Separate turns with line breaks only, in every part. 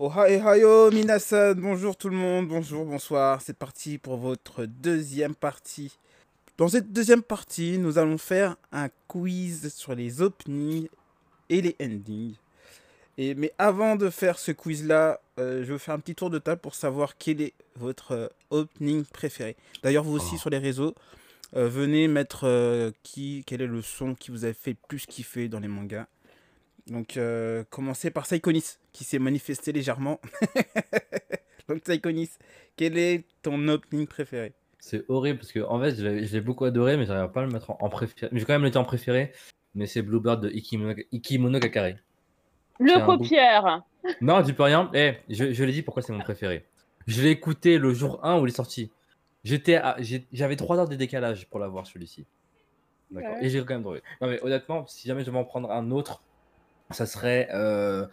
Ohio eh, oh, Minasan, bonjour tout le monde, bonjour, bonsoir, c'est parti pour votre deuxième partie. Dans cette deuxième partie, nous allons faire un quiz sur les openings et les endings. Et, mais avant de faire ce quiz-là, euh, je vais faire un petit tour de table pour savoir quel est votre euh, opening préféré. D'ailleurs, vous aussi sur les réseaux, euh, venez mettre euh, qui, quel est le son qui vous a fait le plus kiffer dans les mangas. Donc, euh, commencez par Saikonis, qui s'est manifesté légèrement. Donc, Saikonis, quel est ton opening préféré
C'est horrible parce que en fait, je l'ai- je l'ai beaucoup adoré, mais j'arrive pas à le mettre en, en préféré. J'ai quand même le temps préféré, mais c'est Bluebird de Ikimono, Ikimono Kakare.
Le
un bon-
copieur.
Non, tu peux rien. Eh, je, je l'ai dit pourquoi c'est mon préféré. Je l'ai écouté le jour 1 où il est sorti. J'étais à- j'ai- j'avais 3 heures de décalage pour l'avoir celui-ci. D'accord.
Ouais.
Et j'ai quand même trouvé. Non, mais honnêtement, si jamais je devais en prendre un autre, ça serait euh,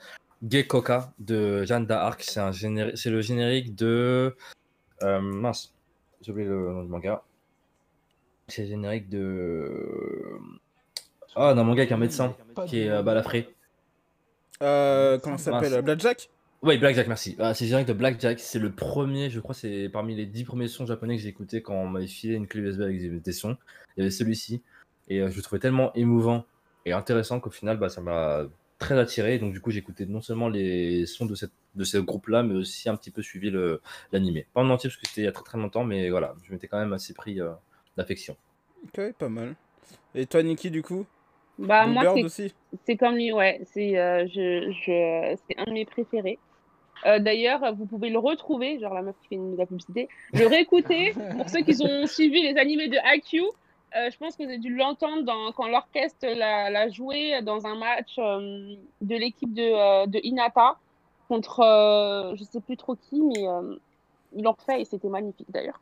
Gay Coca de Jeanne d'Arc. C'est un géné- c'est le générique de. euh, mince, j'ai oublié le nom du manga. C'est le générique de. Ah, d'un manga avec un médecin qui est euh, balafré.
Euh, Comment ça
Ah,
s'appelle
c'est-
Blackjack
Oui, Blackjack, merci. Ah, c'est direct de Blackjack. C'est le premier, je crois, c'est parmi les dix premiers sons japonais que j'ai écouté quand on m'avait filé une clé USB avec des- des sons. Il y avait celui-ci. Et euh, je le trouvais tellement émouvant et intéressant qu'au final, bah, ça m'a très attiré. Donc, du coup, j'ai écouté non seulement les sons de, cette, de ce groupe-là, mais aussi un petit peu suivi le- l'animé. Pas en entier, parce que c'était il y a très très longtemps, mais voilà, je m'étais quand même assez pris euh, d'affection.
Ok, pas mal. Et toi, Niki, du coup
Bah, moi,
Bluebird
c'est-
aussi
c'est comme lui, ouais. C'est euh, je, je, c'est un de mes préférés. Euh, D'ailleurs, vous pouvez le retrouver, genre la meuf qui fait une- de la publicité, le réécouter. pour ceux qui ont suivi les animés de AQ, euh, je pense que vous avez dû l'entendre dans- quand l'orchestre l'a l'a joué dans un match euh, de l'équipe de, euh, de Inata contre euh, je sais plus trop qui, mais euh, ils l'ont fait et c'était magnifique d'ailleurs.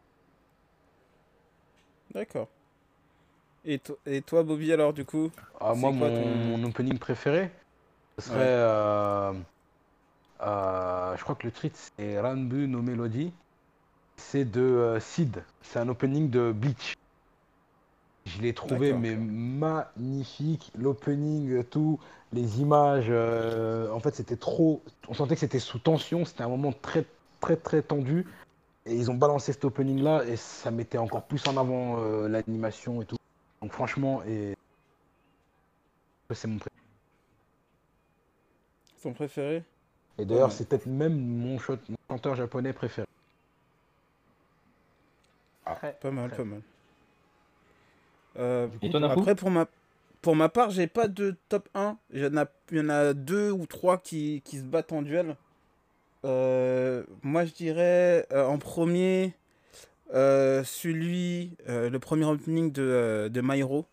D'accord. Et, to- et toi, Bobby, alors, du coup
Ah,
C'est
moi,
quoi
mon,
ton-
mon opening préféré, ce serait.
Ouais.
euh, euh, je crois que le titre, c'est Ranbu no Melody. C'est de euh, Sid. C'est un opening de Bleach. Je l'ai trouvé,
D'accord,
mais
ok.
magnifique. L'opening, tout, les images. euh, en fait, c'était trop. On sentait que c'était sous tension. C'était un moment très, très, très tendu. Et ils ont balancé cet opening-là et ça mettait encore plus en avant euh, l'animation et tout. Donc, franchement, et. C'est mon préféré.
Ton préféré
Et d'ailleurs,
Ouais.
c'est peut-être même mon, cho- mon chanteur japonais préféré.
Pas mal, pas mal. Euh,
Et toi, Nafu
après, pour ma, pour ma part, j'ai pas de top 1. Il y en a, il y en a deux ou trois qui, qui se battent en duel. Euh, moi, je dirais euh, en premier euh, celui, euh, le premier opening de, euh, de My Hero.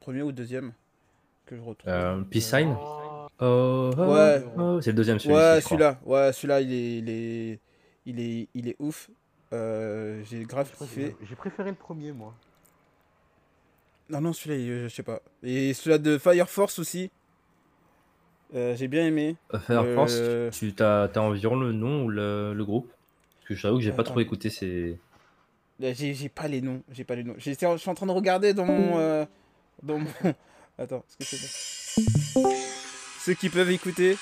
Premier ou deuxième que je retrouve.
Euh, Peace Sign
Ah,
Oh, oh,
Ouais.
oh. C'est le deuxième celui-ci.
ouais,
je crois.
celui-là, ouais, celui-là, il est, il est, il est, il est ouf. Euh, j'ai grave kiffé.
J'ai préféré le premier, moi.
Non, non, celui-là, il- je sais pas. Et celui-là de Fire Force aussi. Euh, j'ai bien aimé.
Euh, Faire
Euh,
Force, tu t'as as environ le nom ou le, le groupe Parce que je t'avoue que j'ai pas trop
Attends.
écouté ces.
Là, Bah, J'ai j'ai pas les noms. J'ai pas les noms. J'étais en- Je suis en train de regarder dans mon. euh, dans mon... Attends, est-ce que c'est bon Ceux qui peuvent écouter,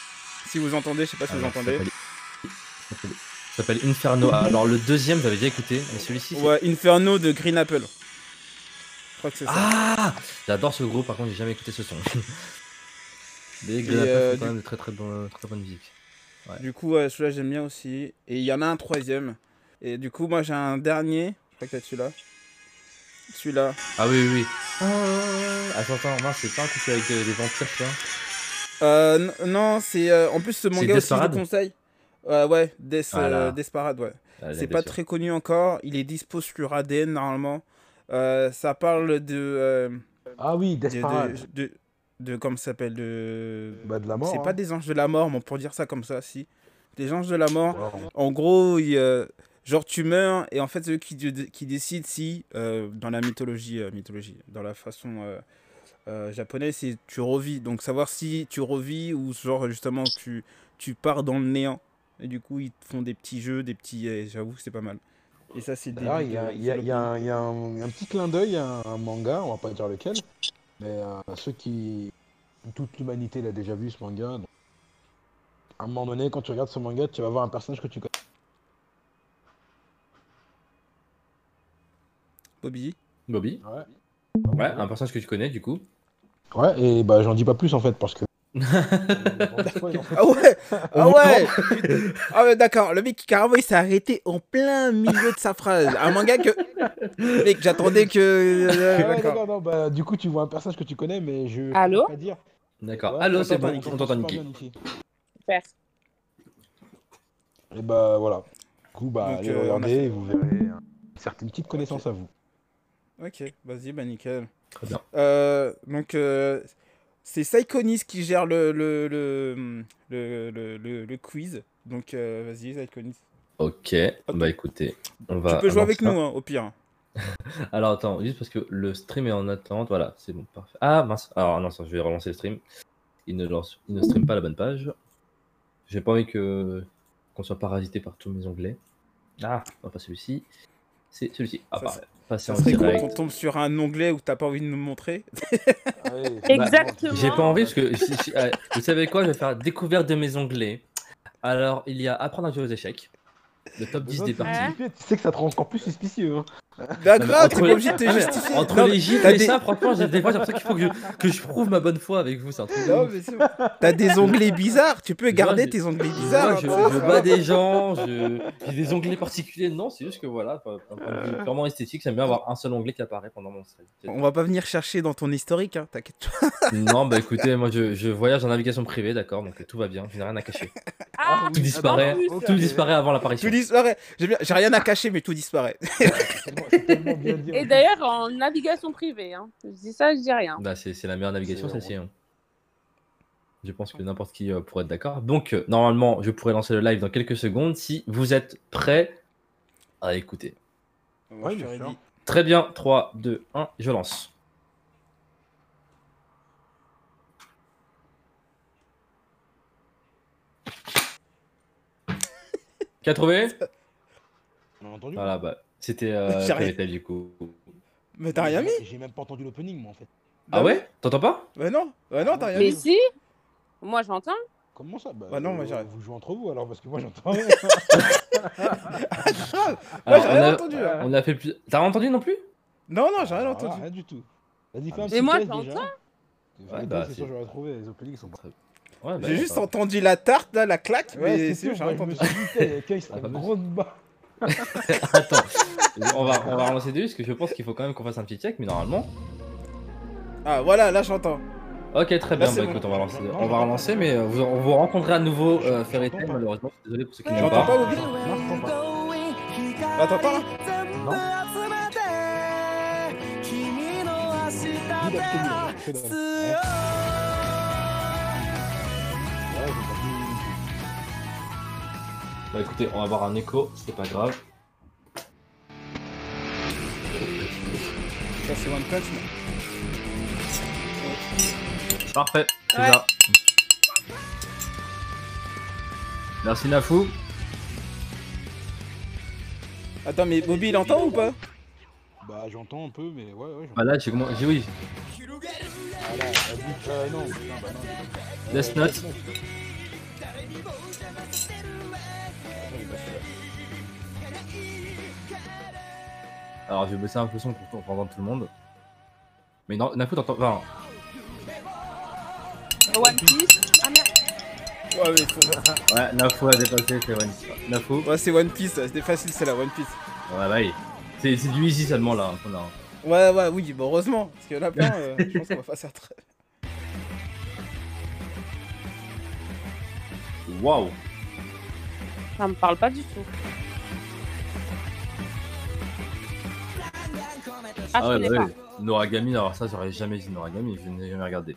si vous entendez, je sais pas si
Ah
vous
non,
entendez.
Ça s'appelle- ça s'appelle Inferno. Alors le deuxième, j'avais déjà écouté, mais celui-ci. c'est-
Ouais, Inferno de Green Apple. Je crois que c'est ça.
Ah J'adore ce groupe, par contre, j'ai jamais écouté ce son. Des Green Apple
euh,
font quand
du-
même de très très, bon, très bonne musique.
Du coup, euh, celui-là, j'aime bien aussi. Et il y en a un troisième. Et du coup, moi, j'ai un dernier. Je crois que c'est celui-là. Celui-là.
Ah oui, oui, oui. Ah, attends, attends, mince, c'est pas un truc avec euh, les vampires, ça
Euh, n- non, c'est. euh, en plus, ce manga aussi, je le
Desperate
conseille. Euh, ouais, Des,
Voilà.
euh, Desperate, ouais.
Ah,
C'est
bien
pas
sûr.
très connu encore. Il est dispo sur ADN normalement. Euh, ça parle de. euh,
Ah oui,
de,
Desperate.
de, de- de- Comment ça s'appelle De.
Bah, de la mort.
C'est
hein.
pas des anges de la mort, mais on pourrait dire ça comme ça, si. Des anges de la mort.
Wow.
En gros, il, euh, genre tu meurs et en fait c'est eux qui, dé- qui décident si, euh, dans la mythologie, euh, mythologie, dans la façon euh, euh, japonaise, c'est tu revis. Donc savoir si tu revis ou genre justement tu, tu pars dans le néant. Et du coup ils te font des petits jeux, des petits... et J'avoue que c'est pas mal. Et ça c'est... le
D'ailleurs,
début
ah, il y a,
de-
il y a-
de
il y a un, il y a un- un petit clin d'œil à un manga, on va pas dire lequel, mais euh, ceux qui. Toute l'humanité l'a déjà vu ce manga. donc, à un moment donné, quand tu regardes ce manga, tu vas voir un personnage que tu connais.
Bobby.
Bobby
Ouais.
Ouais, un personnage que tu connais, du coup.
Ouais, et bah j'en dis pas plus en fait, parce que.
Ah ouais Ah
On
ouais Ah ouais, d'accord. Le mec, carrément, il s'est arrêté en plein milieu de sa phrase. Un manga que. Mec, j'attendais que. euh,
Ouais, ouais,
D'accord.
d'accord, non, bah, du coup, tu vois un personnage que tu connais, mais je. peux
Allô
pas dire.
Ah. D'accord.
Ouais,
Allô, c'est
t'entends
bon,
pas,
on t'entend
t'entends pas,
Niki.
Niki.
Super.
Et bah voilà. Du coup, bah,
Donc,
allez
euh, on a
regarder
fait-
et vous verrez hein, certaines petites connaissances à vous.
Ok, vas-y, bah nickel.
Très bien.
Euh, donc, euh, c'est Psychonis qui gère le, le, le, le, le, le- le quiz. Donc, euh, vas-y, Psychonis.
Ok, bah écoutez, on va.
Tu peux jouer
avancer
avec
ça.
nous, hein, au pire.
Alors attends, juste parce que le stream est en attente, voilà, c'est bon, parfait. Ah mince, alors non, ça, je vais relancer le stream. Il ne, lance... Il ne stream pas la bonne page. J'ai pas envie que qu'on soit parasité par tous mes onglets. Ah, non, pas celui-ci. C'est celui-ci. Ah,
Ça
parfait. Passer
Ça
en
serait cool qu'on
direct.
tombe sur un onglet où t'as pas envie de nous montrer.
Allez,
Exactement.
J'ai pas envie parce que si- si- ah, vous savez quoi, je vais faire découverte de mes onglets. Alors, il y a apprendre à jouer aux échecs. Le top 10 des parties.
Tu sais que ça te rend encore plus suspicieux. hein.
Bah,
Non, mais
grave,
entre
t'es pas
les-
obligé de te
Ah, mais
justifier.
Entre
Non, mais
les gifs
t'as
et
des-
ça, franchement, j'ai des fois j'ai l'impression qu'il faut que je, que je prouve ma bonne foi avec vous. C'est un truc. de
Non,
ouf.
mais c'est bon. T'as des onglets bizarres, tu peux
Moi,
garder
j'ai-
tes onglets
Moi,
bizarres.
je,
hein,
je
ça
bats
va.
des gens, je- j'ai des onglets particuliers. Non, c'est juste que voilà, par- par- par- purement esthétique, j'aime bien avoir un seul onglet qui apparaît pendant mon stream. C'est tout.
On va pas venir chercher dans ton historique, hein, t'inquiète pas.
Non, bah écoutez, moi je, je voyage en navigation privée, d'accord, donc tout va bien, je n'ai rien à cacher.
Ah,
Tout disparaît,
en plus.
tout disparaît avant l'apparition.
Tout disparaît. J'ai bien- j'ai rien à cacher, mais tout disparaît.
C'est tellement- c'est tellement bien dit,
Et
en
d'ailleurs, en navigation privée, hein. je dis ça, je dis rien.
Bah, c'est c'est la meilleure navigation,
C'est-
celle-ci. hein. Je pense que n'importe qui euh, pourrait être d'accord. Donc, euh, normalement, je pourrais lancer le live dans quelques secondes si vous êtes prêts à écouter.
Ouais, bien sûr.
Très bien, 3, 2, 1, je lance. Qu'a trouvé
plus. On a entendu
Voilà, bah, c'était euh,
J'ai rien.
Fairy Tail, du coup.
Mais t'as rien mis
J'ai même pas entendu l'opening, moi, en fait.
Ah ouais T'entends pas
Bah non, bah non, t'as rien
Mais
mis.
oui.
si, moi j'entends.
Comment ça bah,
Bah non, moi,
euh,
j'arrête.
Vous jouez entre vous alors, parce que moi j'entends. rien.
Ouais,
Alors,
j'ai
Ah, on,
rien
a,
entendu. hein.
on a fait plus. T'as entendu non plus
Non, non, j'ai rien
Alors là,
entendu.
Ah, Rien du tout. Vas-y,
Ah,
fais un
mais-
petit
Mais moi,
test,
j'entends.
déjà.
Ouais,
Ouais,
bah,
bah, c'est
c'est-
sûr, j'aurais trouvé. Les openings sont pas.
Ouais, bah,
J'ai juste
attends.
entendu la tarte, là, la claque, mais
Ouais,
c'est
c'est
tout, j'ai
sûr,
rien
je me
entendu.
suis dit, putain, il y
Ah,
a une
pas mal.
grande barre.
Attends, on va, on va relancer dessus parce que je pense qu'il faut quand même qu'on fasse un petit check, mais normalement.
Ah, voilà, là, j'entends.
Ok, très bien.
c'est
Bah
bon.
écoute, on va relancer, on va relancer mais euh, vous, on vous rencontrez à nouveau euh, Fairy Tail, malheureusement. je suis Désolé pour ceux qui n'ont
J'entends
pas.
pas, Bobby
Ah
Attends, pas Bah, là
Il a fini, là, que dalle. Ouais. Ouais, j'ai pas fini.
Bah écoutez, on va avoir un écho, c'est pas grave.
Ça, c'est One Punch Man.
Parfait, c'est
Ouais.
ça. Merci Nafou.
Attends, mais Bobby, il entend ou pas
Bah, j'entends un peu, mais ouais, ouais, j'entends.
Bah là, j'ai comment. j'ai- Oui,
Voilà, vas-y. Euh, non, putain, bah non.
Death Note. Alors je vais baisser un peu le son pour pour entendre tout le monde. Mais non, Nafou, t'entends. Enfin,
One Piece. Ah, merde.
Ouais, mais faut-
ouais, Nafou a dépassé, c'est vrai. Nafou.
Ouais, c'est One Piece, c'était facile, c'est la One Piece.
Ouais, bah oui. C'est c'est du easy seulement là hein, qu'on a. hein.
Ouais, ouais, oui, bah heureusement, parce qu'il y en a plein, euh, je pense qu'on va passer à très...
Waouh
Ça me parle pas du tout. Ah,
Ah
je
ouais,
connais
bah
pas.
ouais. Noragami, alors ça j'aurais jamais dit Noragami, je n'ai jamais regardé.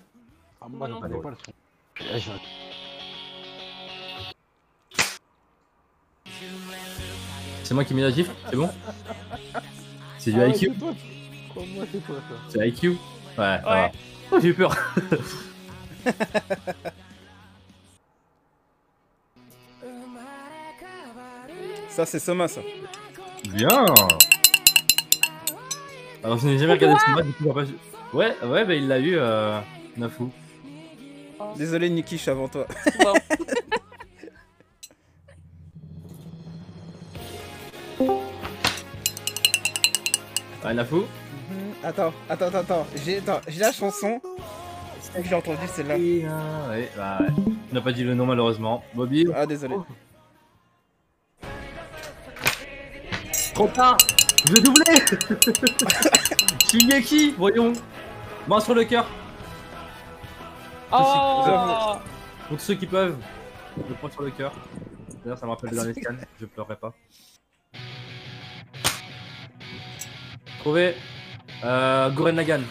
Ah,
Moi
moi, je
non
connais
plus.
pas le son. Ouais, j'ai-
C'est moi qui mets la gifle, c'est bon C'est du
Ah ouais,
IQ
c'est toi, tu- Crois-moi, c'est toi, ça.
C'est IQ Ouais, ça va.
Ouais.
Oh, j'ai eu peur
Ça, c'est Soma, ça.
Bien Alors je n'ai jamais regardé ce match, du coup je vois pas... Ouais, ouais, bah il l'a eu, euh... Nafu.
Désolé, Niki, je suis avant toi.
Bon.
Anafou
Mhm. Attends, attends, attends, attends. J'ai attends, j'ai la chanson. Faut que J'ai entendu celle-là.
Et, euh, ouais, bah, ouais. On n'a pas dit le nom malheureusement. Bobby
Ah, désolé.
Trop tard Je vais doubler Shingeki, voyons Main sur le cœur
Oh
Pour ceux qui peuvent, je prends sur le cœur. D'ailleurs, ça me rappelle le dernier scan, je pleurerai pas. Trouvé euh, Goren Lagan.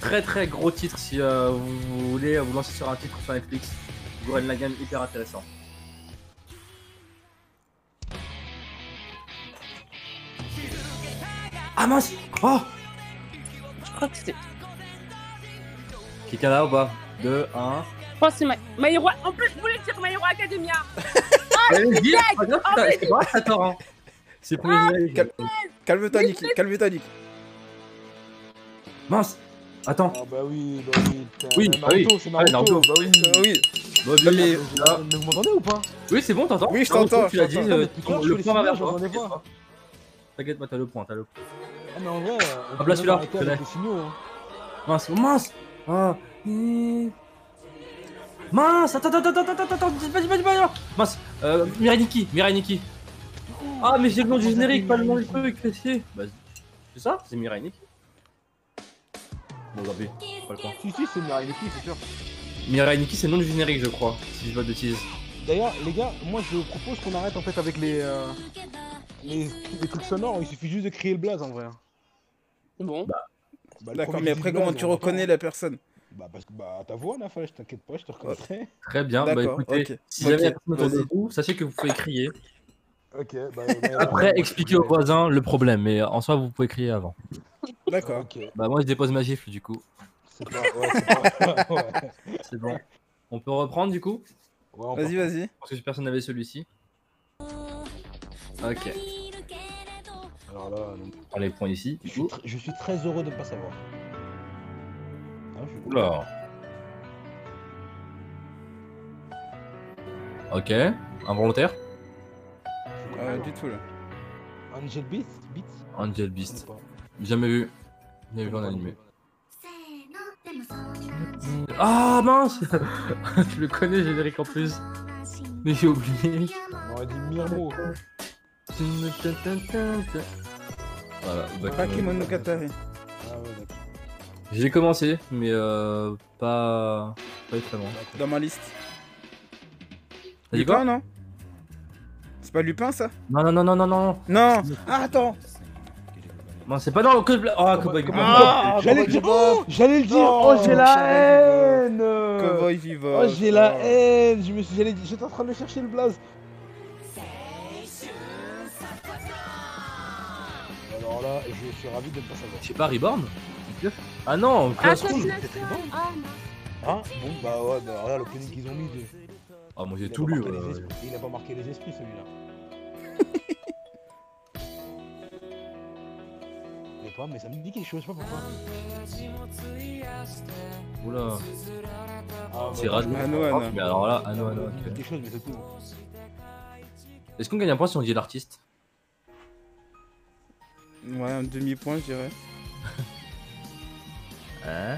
Très très gros titre si euh, vous, vous voulez vous lancer sur un titre sur Netflix. Goren Lagan, hyper intéressant. Ah mince Oh
Je crois que c'est.
Quelqu'un là ou pas 2, 1.
Je crois que c'est My, My Hero- En plus, je voulais dire My Hero Academia.
C'est pas ça t'en rend. C'est pour les blagues.
Calme-toi, Niki. Calme-toi, Niki.
Mince Attends,
Ah bah oui, bah oui. putain,
Oui, bah oui.
Naruto, c'est
Ah,
Naruto.
Naruto.
Bah oui. Ah,
Euh, oui.
Bobby,
Non, mais-
Bobby, là.
Mais vous m'entendez ou pas
Oui, c'est bon, t'entends
Oui, je
Ah,
t'entends,
Tu l'as
je
dit,
t'entends.
euh,
Mais putain,
ton-
je
le
les
point hein. va
signaux,
vers
j'en
toi.
ai pas.
T'inquiète pas, t'as le point, t'as le point.
Ah, mais en vrai. on peut
bah,
même
celui-là,
arrêter
je
avec
l'ai.
les signaux, hein.
Mince, oh, mince Ah et- Mince Attends, attends, attends, attends, attends, attends, dis pas, dis pas, dis pas, dis pas. Mince euh, Mirai Nikki, Mirai Nikki. Ah, mais j'ai le nom du générique, pas le nom du truc, qu'est-ce que c'est Bah, c'est ça C'est Mirai Nikki. Bon, tant pis, pas le point.
Si, si, c'est Mirai Nikki, c'est sûr.
Mirai Nikki, c'est le nom du générique, je crois, si je dis pas de bêtises.
D'ailleurs, les gars, moi je propose qu'on arrête en fait avec les, euh, les, les trucs sonores. Il suffit juste de crier le blaze en vrai. hein.
Bon.
Bah, le
D'accord,
premier
mais
qui
après,
dit blaze,
comment tu
on entend.
reconnais la personne
Bah, parce que bah, ta voix là, fallait, je t'inquiète pas, je te reconnaîtrai.
Très bien, bah
D'accord,
écoutez,
ok,
si jamais il y a
ok,
personne autour de
vas-y.
vous, sachez que vous pouvez crier.
Ok, bah.
Après, expliquez aux voisins le problème, mais en soi, vous pouvez crier avant.
D'accord.
Ok,
Bah, moi, je dépose ma gifle, du coup.
c'est pas. Ouais, c'est pas. ouais.
C'est bon. On peut reprendre, du coup
Ouais, on
Vas-y, vas-y.
Parce que personne n'avait celui-ci. Ok.
part. Alors là, donc,
On les points ici.
je,
Du
suis
coup.
tr- je suis très heureux de ne pas savoir. Ah, je...
Oula. Ok. Involontaire
je-
Euh, du tout, là.
Angel Beats Beats
Angel Beast. Jamais vu. Jamais vu en animé. Ah mince Je le connais, générique en plus. Mais j'ai oublié.
On aurait dit Ah, Mirmo.
Voilà,
Pas Kimonogatari.
Ah ouais, d'accord.
J'ai commencé, mais euh, pas. pas extrêmement.
Dans ma liste.
T'as dit quoi
Lupin, non C'est pas Lupin, ça
Non, non, non, non, non, non.
Non Ah, attends
Non, c'est pas dans le code. Oh, Cowboy Bebop.
Ah,
J'allais le dire. Oh, j'allais le dire.
Oh,
Oh, j'ai la
Cowboy
haine.
Euh, Cowboy Vivo.
Oh, j'ai la haine. Je me suis, j'allais, j'étais en train de chercher le blaze. Alors là, je suis ravi de ne pas savoir.
C'est pas Reborn Ah non,
Ah,
Classroom.
Assassination
Hein Bon, bah ouais, bah, regarde l'opening qu'ils ont mis. De...
Ah, moi j'ai
il a
tout
pas
lu.
marqué les
euh,
esprits- Il a pas marqué les esprits celui-là. Je sais pas, mais ça me dit quelque chose, je sais pas pourquoi.
Oula.
Ah,
C'est
ouais,
Rad-
je-
Ano, Ano.
Mais alors là, ah non, ah
Ça
non,
me dit
ok.
quelque chose, mais c'est tout.
Est-ce qu'on gagne un point si on dit l'artiste
Ouais, un demi-point, je dirais.
Hein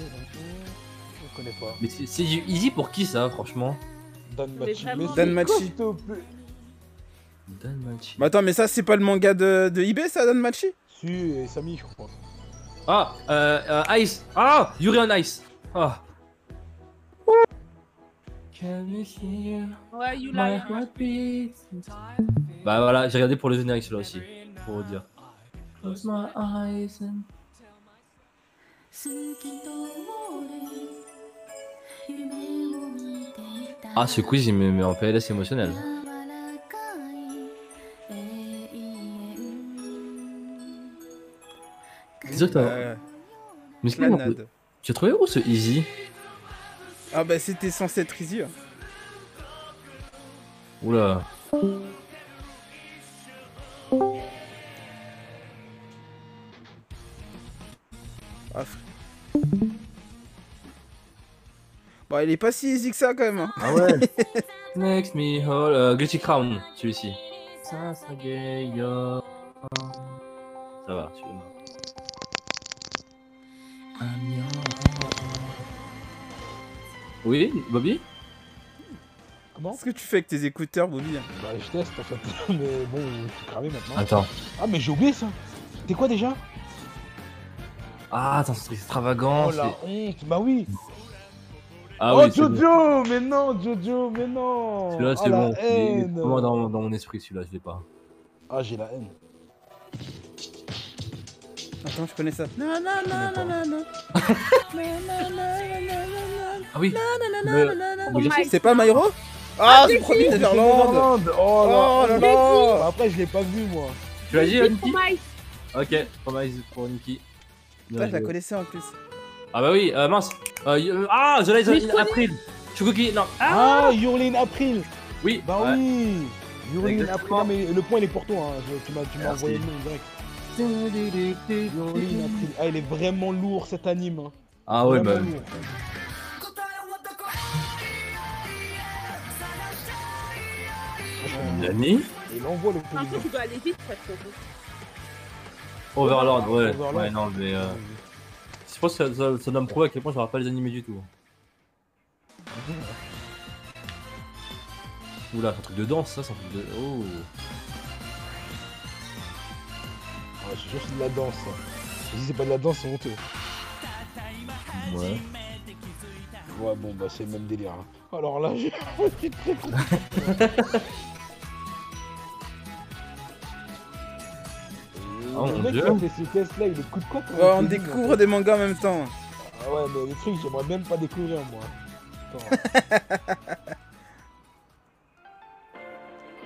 Je connais pas.
Mais c'est c'est du easy pour qui ça, franchement
Dan
Mais
Machi.
vraiment.
Dan
c'est
Machi.
quoi, s'il te plaît
Dan Machi.
Mais Bah, attends, mais ça, c'est pas le manga de, de eBay, ça, Dan Machi
Su et Samy, je crois.
Ah, euh, euh, Ice Ah Yuri on Ice Ah
Ouais, You Lie.
Bah voilà, j'ai regardé pour le générique celui-là aussi, pour vous dire. Ah, ce quiz il me met en PLS émotionnel. Exactement.
Euh,
Mais c'est comment-
Clanade.
Tu as trouvé où ce Easy
Ah, bah, c'était censé être easy. hein.
Oula.
Ah, fr- Bon, Bah, il est pas si easy que ça, quand même. hein.
Ah ouais Next me all. euh, Guilty Crown, celui-ci. Sasageyo. hein. Ça va, tu veux. Oui, Bobby
Comment
Qu'est-ce que tu fais avec tes écouteurs, Bobby hein
Bah, je teste en fait. Mais bon, je suis cramé maintenant.
Attends.
Ah, mais j'ai oublié ça T'es quoi déjà
Ah, attends, c'est extravagant.
Oh la
c'est-
honte Bah oui
Ah
Oh
oui, c'est bon.
Jojo Mais non, Jojo, mais non
Celui-là,
Oh,
c'est
la
bon. Il est- il est
haine.
vraiment dans, dans mon esprit, celui-là, je l'ai pas.
Ah, j'ai la haine.
Attends, je connais ça. Non, non, non, non, non, non. Non, non, non, non,
Ah oui
non, non,
Le-
non, non, non, non.
Vous
my-
C'est pas Myro Ah, c'est le premier d'Irlande
Irlande Oh,
Oh
la
là
honte.
là
Bah, Après, je l'ai pas vu moi.
Tu l'as dit,
Les
Niki
Promises.
Ok, promise pour Niki. Bien
Putain, je la
joué.
connaissais en plus.
Ah bah oui, euh, mince. Euh, y- euh, ah, The
Mais je
Lies
connais.
April. Chukuki, non. Ah
Ah, Yurlin April
oui.
Bah
ouais.
oui Yurlin
Exactement.
April, non, mais le point il est pour toi, hein. Je- tu m'as tu m'as
Merci.
envoyé le nom direct. Yurlin April, ah il est vraiment lourd cet anime. hein.
Ah ouais, bah.
Vraiment lourd. Euh,
Nani
Il envoie le
Ah.
point.
Un peu, tu dois aller vite parce que.
Overlord, ouais.
Overlord.
Ouais, non, mais. euh,
Ah,
Je pense que ça, ça doit me prouver à quel point je me rappelle les animés du tout. hein. Oula, c'est un truc de danse, ça, c'est un truc de. Oh.
Ah, je te jure, c'est de la danse. hein. Si c'est pas de la danse, c'est honteux.
Ouais.
Ouais, bon, bah c'est le même délire. hein. Alors là, j'ai j'ai très content.
Oh,
Le
mon
mec,
Dieu.
quand il fait ce test-là, il écoute quoi quand
Ouais,
il
on
fait
découvre des mangas en même temps.
Ah ouais, mais les trucs, j'aimerais même pas découvrir, moi. Attends.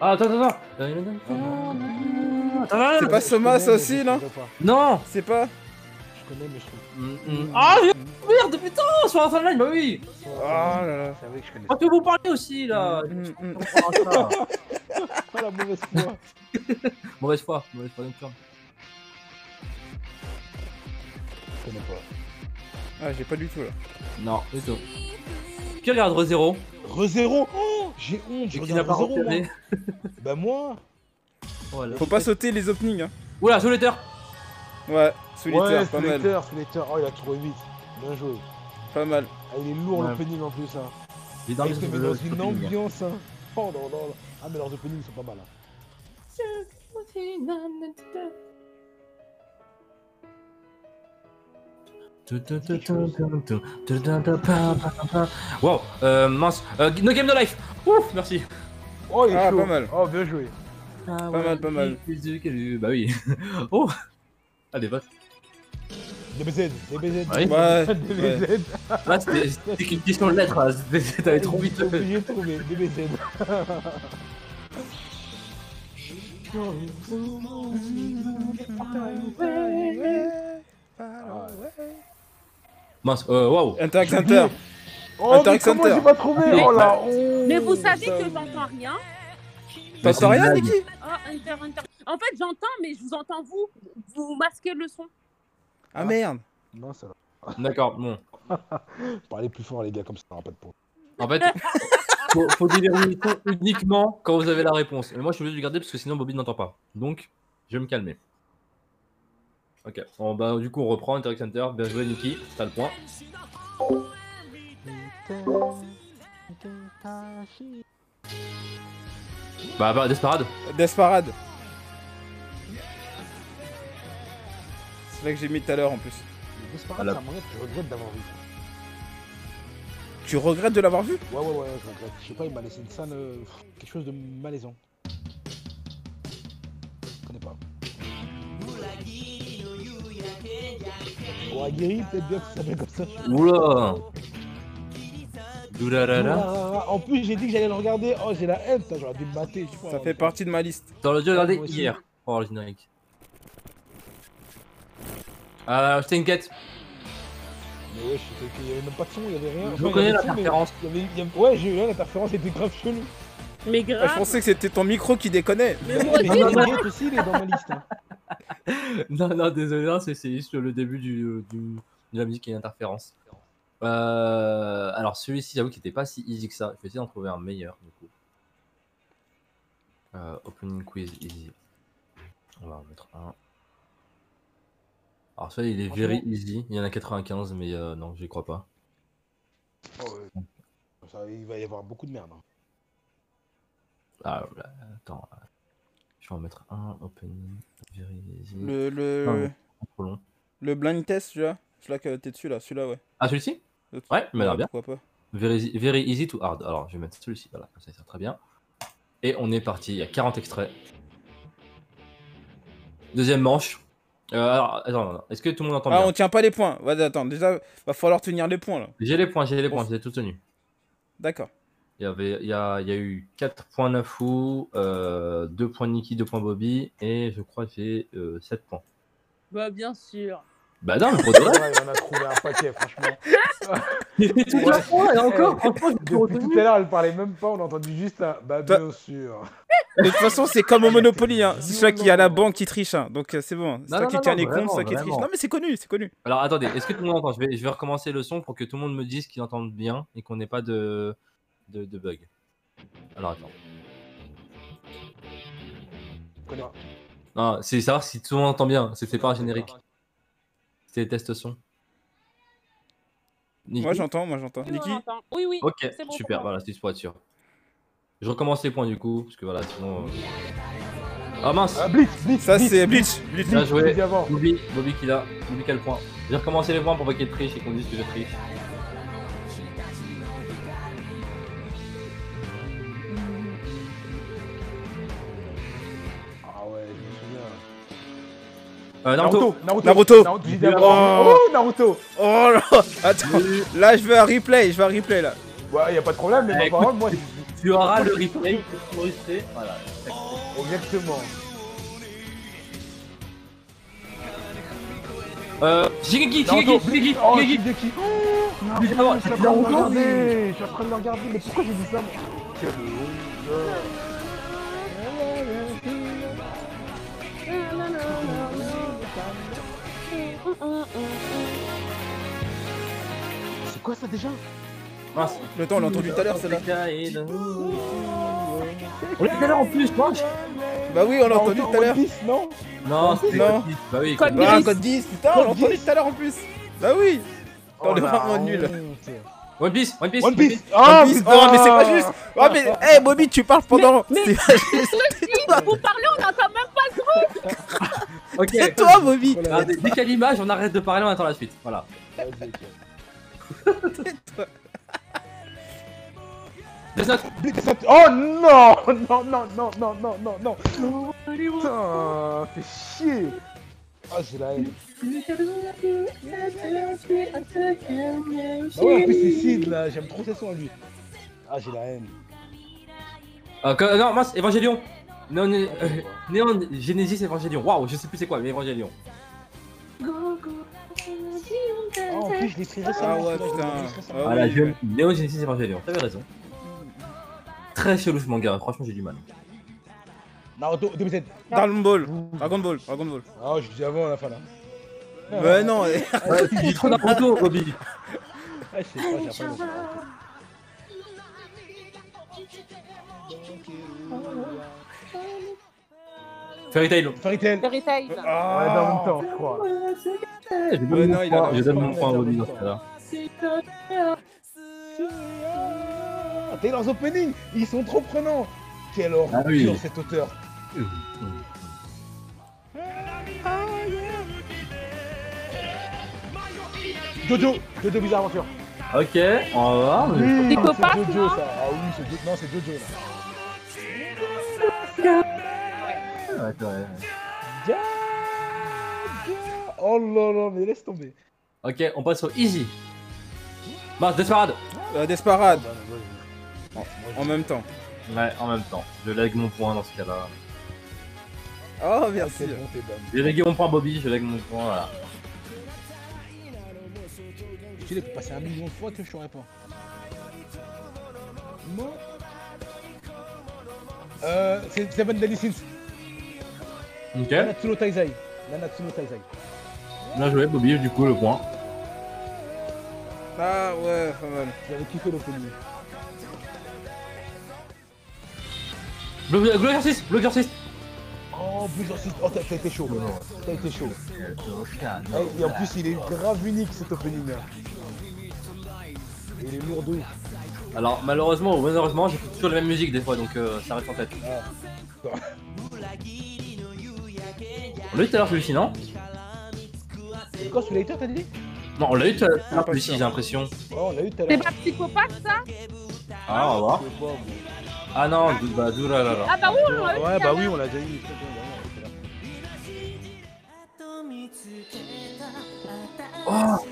Ah, attends, attends, attends. Euh,
Ah, non, non,
Attends, attends,
C'est
attends.
pas
je
Soma,
connais,
ça
mais
aussi,
je
non
trouverai pas.
Non
C'est pas
Je connais, mais je trouve.
Mm, mm. Ah, merde, putain, sur la fin de ligne, bah oui
Ah,
Oh là là.
Je savais que je connais.
Quand que vous parlez aussi, là
Mm, mm, mm.
pas la mauvaise foi.
Mauvaise foi, mauvaise foi nocturne.
Je connais pas.
Ah, j'ai pas du tout là.
Non, du tout. Qui regarde ReZero
Rezero Oh J'ai honte, je
Et qui n'a
regarde
pas
Rezero, moi.
repéré
Bah moi
Voilà.
Faut pas sauter les openings. Hein.
Oh Oula, Solitaire
Ouais, solitaire,
Ouais,
pas mal.
Splitter, Splitter. Oh, il a trouvé vite. Bien joué.
Pas mal.
Ah, il est lourd
Ouais.
l'opening en plus, hein.
J'ai
Ah,
dormi
il te
sur
met
le-
dans
sur le
une
ping.
ambiance, hein. Oh non, non, non. Ah, mais leurs openings sont pas mal. Hein.
Wow, euh, mince, euh, No Game No Life Ouf, merci
Oh, il est
Ah,
chaud.
pas mal.
Oh, bien joué.
Pas
mal, pas mal.
Bah oui Oh Allez, va
DBZ, DBZ.
Ouais.
Ouais, ouais.
DBZ.
Là, Ah, c'était c'était qu'une question de lettres, là. C'était- t'avais trop vite
T'es obligé de trouver DBZ.
Mince, euh, waouh
Interact Center.
Oh, mais
Interact
comment
Center.
j'ai pas trouvé
Mais-
Oh la honte
Mais
Oh.
vous savez que j'entends rien.
T'entends
Mais c'est
rien,
une
Niki
Oh, inter, inter. En fait, j'entends, mais je vous entends vous. Vous masquez le son.
Ah merde.
Non, ça va.
D'accord, bon.
Parlez plus fort, les gars, comme ça, on aura pas de point.
En fait, faut, faut dire une- uniquement quand vous avez la réponse. Et moi, je suis obligé de le garder parce que sinon, Bobby n'entend pas. Donc, je vais me calmer. Ok, Bon, bah, du coup, on reprend Interact Center. Bien joué, Niki. T'as le point. Bah, bah, Desparade.
Desparade. C'est là que j'ai mis tout à l'heure en plus.
Mais c'est pas grave,
Voilà.
c'est un manga que je regrette d'avoir vu.
Tu regrettes de l'avoir vu
Ouais, ouais, ouais, je regrette. Je sais pas, il m'a laissé une scène. euh, pff, quelque chose de malaisant. Je connais pas. Wagiri, peut-être bien que ça s'appelle comme ça.
Oula Doularara.
Ah, En plus, j'ai dit que j'allais le regarder. Oh, j'ai la haine, putain, j'aurais dû me mater. je sais pas,
Ça
hein,
fait
putain.
partie de ma liste.
Dans le jeu, regardez hier. Oh, le générique. Euh, Stinket.
Mais ouais, je sais qu'il y avait même pas de son, il y avait rien.
Je
Enfin, il y
connais
avait le son, mais
l'interférence.
il y avait- il y avait- Ouais, j'ai eu là, l'interférence était grave chelou.
Mais
Ah, je
grave.
pensais que c'était ton micro qui déconnait.
Mais moi
Mais
aussi,
il est aussi, il est dans ma liste. hein.
Non, non, désolé, non, c'est c'est juste le début du, du- de la musique et l'interférence. Euh, alors celui-ci, j'avoue qu'il n'était pas si easy que ça. Je vais essayer d'en trouver un meilleur du coup. Euh, opening quiz easy. On va en mettre un. Alors, celui-là, il est very
Franchement.
easy. Il y en a 95, mais euh, non, j'y crois pas.
Oh, ouais. Ça, il va y avoir beaucoup de merde. hein.
Ah, là, attends. Je vais en mettre un. Opening very easy.
Le, le,
Ah, ouais. Trop long.
le blind test, tu vois. Celui-là que t'es dessus, là. Celui-là, ouais.
Ah, celui-ci
L'autre.
Ouais, il m'a l'air bien.
Pourquoi pas
Very, very easy to hard. Alors, je vais mettre celui-ci. Voilà, comme ça, il sert très bien. Et on est parti. Il y a 40 extraits. Deuxième manche. Euh, alors, attends, non, non. est-ce que tout le monde entend
Ah,
bien
on tient pas les points. Vas-y, attends. Déjà, va falloir tenir les points, là.
J'ai les points, j'ai les points,
On-
j'ai tout tenu.
D'accord.
Il y, avait, il y, a, il y a eu 4 points Nafou, euh, 2 points Niki, 2 points Bobby, et je crois que j'ai 7 points.
Bah, bien sûr.
Bah non, mais pour de vrai,
Ouais, il en a trouvé un paquet, franchement.
c'était tout la fois, et encore, franchement, j'ai tout
Depuis tout
retenu.
à l'heure, elle parlait même pas, on a entendu juste la bah,
Toi-
bien sûr.
De toute façon, c'est comme au Monopoly. Hein. C'est celui qui a la
violent.
banque qui triche. Hein. Donc, euh, c'est bon. C'est
Non,
toi
non,
qui
non,
tiens
non,
les comptes,
vraiment,
c'est toi qui triche.
vraiment.
Non, mais c'est connu, c'est connu.
Alors attendez, est-ce que tout le monde entend je vais, je vais recommencer le son pour que tout le monde me dise qu'il entende bien et qu'on n'ait pas de, de, de bug. Alors attends.
Je connais pas.
Non, c'est savoir si tout le monde entend bien, c'était pas un générique. C'était les tests son. Niki
Moi, j'entends, moi, j'entends.
Oui, on
Niki
l'entend. oui, oui.
Ok,
c'est bon pour
super,
bah.
moi.
voilà, c'est pour être sûr. Je recommence les points du coup, parce que voilà, sinon. euh. Ah mince
Ah, Blitz, Blitz,
Ça,
Blitz,
c'est Bleach. Bleach.
Bien joué.
Blitz avant.
Bobby, Bobby qui l'a, Bobby qui a le point. J'ai recommencé les points pour pas qu'il triche et qu'on dise que je triche.
Ah ouais, je me souviens.
Euh, Naruto
Naruto,
Naruto.
Naruto, j'ai dit
Naruto.
avant. Oh, Naruto.
Oh là Attends. Là, je veux un replay. Je veux un replay, là.
Ouais, y a pas de problème, mais
Eh,
par contre, moi,
Tu auras le replay que tu m'aurais fait. Voilà.
exactement.
Euh, Shigeki,
Naruto,
Shigeki, Shigeki,
Oh,
Shigeki
Shigeki. Oh,
Mais d'abord,
Naruto, je suis
c'est
en train de le
Naruto.
regarder, je suis en train de le regarder, mais pourquoi j'ai dit ça, moi Quelle honte.
Hum,
C'est quoi ça déjà
Mince.
Le temps, on l'a entendu tout à l'heure, celle-là.
On l'a tout à l'heure en plus, mince
Bah oui, on l'a entendu
Naruto,
tout à l'heure.
One Piece, non
Non, c'était
Non.
Code Geass. Bah oui,
Code
Code
Geass.
Geass.
Ah, code 10. Putain, on l'a entendu tout à l'heure en plus. Bah oui. Attends, on est
la
vraiment nul.
Oh honte.
One Piece, One Piece,
One Piece
Oh,
Oh,
mais c'est
putain.
pas juste. Oh, mais, hé, Bobby, tu parles pendant.
mais-
C'est pas juste.
Vous parlez, on entend même
Ok.
C'est toi, Bobby.
Voilà.
Ah, dès dès qu'il y a l'image, on arrête de parler, on attend la suite. Voilà.
Vas-y, ok.
Death Note.
Blitz, ça- Oh non Non, non, non, non, non, non, non Putain, fais chier Ah, j'ai la haine. Ah ouais, en plus, c'est Sid, là, j'aime trop ses sons, lui. Ah, j'ai la haine.
Euh, que- non, mince, Evangelion. Non, né- euh, Néon, Genesis, Evangelion. Waouh, je sais plus c'est quoi, mais Evangelion.
Ah, en plus, je l'ai pris récemment.
Ah ouais,
celui-là, je l'ai
putain.
pris récemment.
Ah
Voilà,
oui,
je...
ouais.
Néon, Genesis, Evangelion. T'avais raison. Très chelou ce manga, hein. franchement, j'ai du mal.
Naruto, DBZ.
Dragon Ball. Dragon Ball. Dragon Ball.
Ah, je dis avant à la fin, là.
Bah non.
Ouais, tu dis trop Naruto, Bobby.
Ah, je sais pas, j'ai pas le temps.
Fairy Tail.
Fairy Tail Ouais,
Fairy Tail.
bah,
Ah.
en même temps, je crois.
Je
Ouais,
donne Eh, mon
non, il a
point-
l'air
je donne mon
fort.
point à Bobby dans ce cas-là.
Ah, T'es dans opening Ils sont trop prenants Quelle horreur
Ah oui.
cet auteur Jojo Jojo Bizarre Aventure
Ok, on va voir. mais-
Mmh,
copains,
C'est Jojo
non
ça Ah oui, c'est Jojo. Non, c'est Jojo
Ouais,
là
ouais.
Jojo Oh là là, mais laisse tomber
Ok, on passe au Easy. Mince, Desperado.
Euh, Desperade.
Ah, bah, moi, je-
En même temps.
Ouais, en même temps. Je lègue mon point dans ce cas-là.
Oh,
Ah,
merci.
quelle bonté d'âme.
J'ai légué mon point à Bobby, je lègue mon point, voilà.
Tu l'as passé un million de fois que je saurais pas. Moi Euh, c'est Seven Deadly Sins.
Ok,
Nanatsu no Taizai. Nanatsu no Taizai.
bien joué Bobby, du coup le point.
Ah ouais, pas mal.
J'avais kiffé l'opening.
Blue- Blue Exorcist Blue Exorcist
Oh, Bullseye, oh, t'as t'as été chaud. T'as été chaud.
Oh,
Ouais, et en plus, il est grave unique cet opening. là. Il est lourd de ouf.
Alors, malheureusement ou malheureusement, j'écoute toujours la même musique des fois, donc euh, ça reste en tête. On l'a eu tout à l'heure celui-ci, non
C'est quoi Soulator, t'as dit
Non, on l'a eu tout à
Ah,
l'heure
pas
celui-ci,
sûr.
j'ai l'impression.
Oh, on l'a eu tout à
C'est
l'heure.
pas psychopathe ça
Ah, on va voir.
Je sais pas, moi.
Ah non, dou- bah, dou- là, là, là.
Ah bah oui, on l'a eu
Ouais,
tout à
bah oui,
l'heure.
on l'a déjà eu.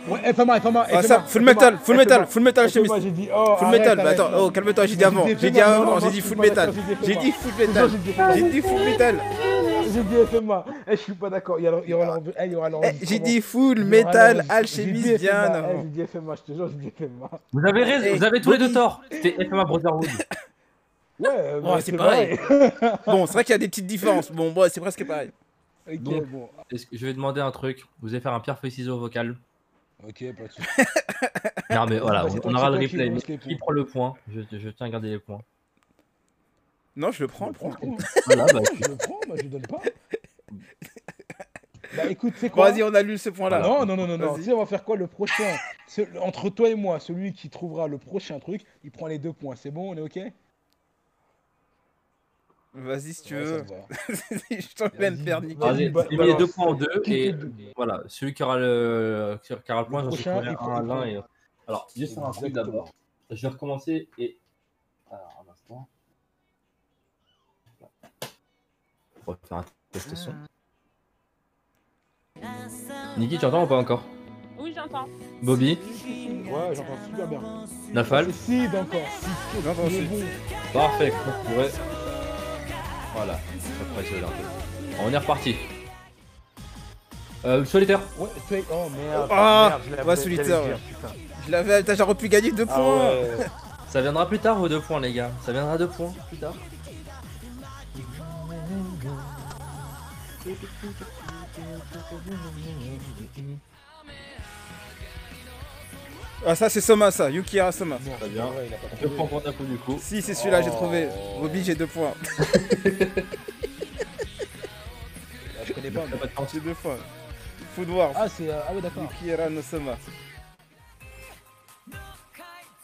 Ouais, FMA, FMA,
Ah ça, full metal, full metal, full metal
Full
chemise.
metal, j'ai dit, oh,
Full
arrête,
metal, mais
arrête.
attends, oh calme-toi, j'ai dit avant,
J'ai dit
j'ai dit
FMA,
avant,
non,
j'ai
non,
dit full
je suis pas
metal,
d'accord,
j'ai dit full metal,
J'ai dit
j'ai
FMA.
dit full metal,
J'ai dit FMA. Eh, je suis pas d'accord. Il y aura- il y aura l'enre- eh, il y aura
Eh,
l'enregistrement.
j'ai dit full
Il y aura
metal,
l'enregistrement. J'ai
alchimiste,
dit
bien
FMA, eh,
avant.
J'ai dit FMA, je te jure, j'ai dit eh, FMA.
Vous avez raison,
Eh,
vous avez tous les
Bobby.
deux tort. C'était FMA Brotherhood.
Ouais, euh,
Ouais,
bah,
Oh, c'est pareil. Bon, c'est vrai qu'il y a des petites différences, bon, bon c'est presque pareil.
Ok,
Donc-
bon.
Est-ce que- Je vais demander un truc. Vous allez faire un pierre feuille ciseaux vocal.
Ok, pas de soucis.
Non, mais voilà,
Bah, C'est
on,
toi-
on aura
c'est
le
toi qui
replay.
lance
mais
les
Qui
points.
prend le point je, je tiens à garder les points.
Non, je le prends, le prends.
Ah
Voilà, bah,
Je le prends, moi, je donne pas. Bah écoute, c'est
Bon,
quoi
vas-y, on annule ce point-là.
Non, non, non, non, non.
Vas-y.
Tu sais, on va faire quoi le prochain Ce- Entre toi et moi, celui qui trouvera le prochain truc, il prend les deux points. C'est bon, on est ok
Vas-y, si tu
Ouais, ça
veux.
me va.
Je t'en vais me faire niquer.
Vas-y,
bah,
il
bah,
met les
non,
deux points en deux
Qui
et
fait deux
voilà, celui qui aura le, qui aura le point, j'en suis
prochain, il
un
prend-
à
il prend-
l'un. Et... Alors, juste faire un truc
Exactement.
d'abord. Je vais recommencer et. Alors, un instant. On va faire un test son. Niki, tu entends ou pas encore
Oui, j'entends.
Bobby
Ouais, j'entends super bien.
Nafal
Si, encore.
J'entends
Il est
aussi.
bon.
Parfait, on pourrait. Voilà, ça pourrait se faire un peu. On est reparti. Euh, solitaire
Ouais, tu es- Oh merde.
Ah,
merde, je l'avais-
ouais, celui de
j'allais
ça,
le dire, putain.
Je l'avais, putain, j'aurais pu gagner deux
Ah
points.
ouais.
Ça viendra plus tard vos deux points les gars, ça viendra deux points plus tard.
Ah, ça, c'est Soma, ça. Yukihara Soma.
Non,
Très bien.
c'est vrai, il a pas
Je
trouvé.
prends pour d'un coup du coup.
Si, c'est celui-là, j'ai trouvé.
Oh.
Bobby, j'ai deux points.
Ah, Je connais pas. mais-
Pas de chance.
J'ai deux points. Food Wars.
Ah, c'est. euh, Ah, ouais, d'accord.
Yukihara no Soma.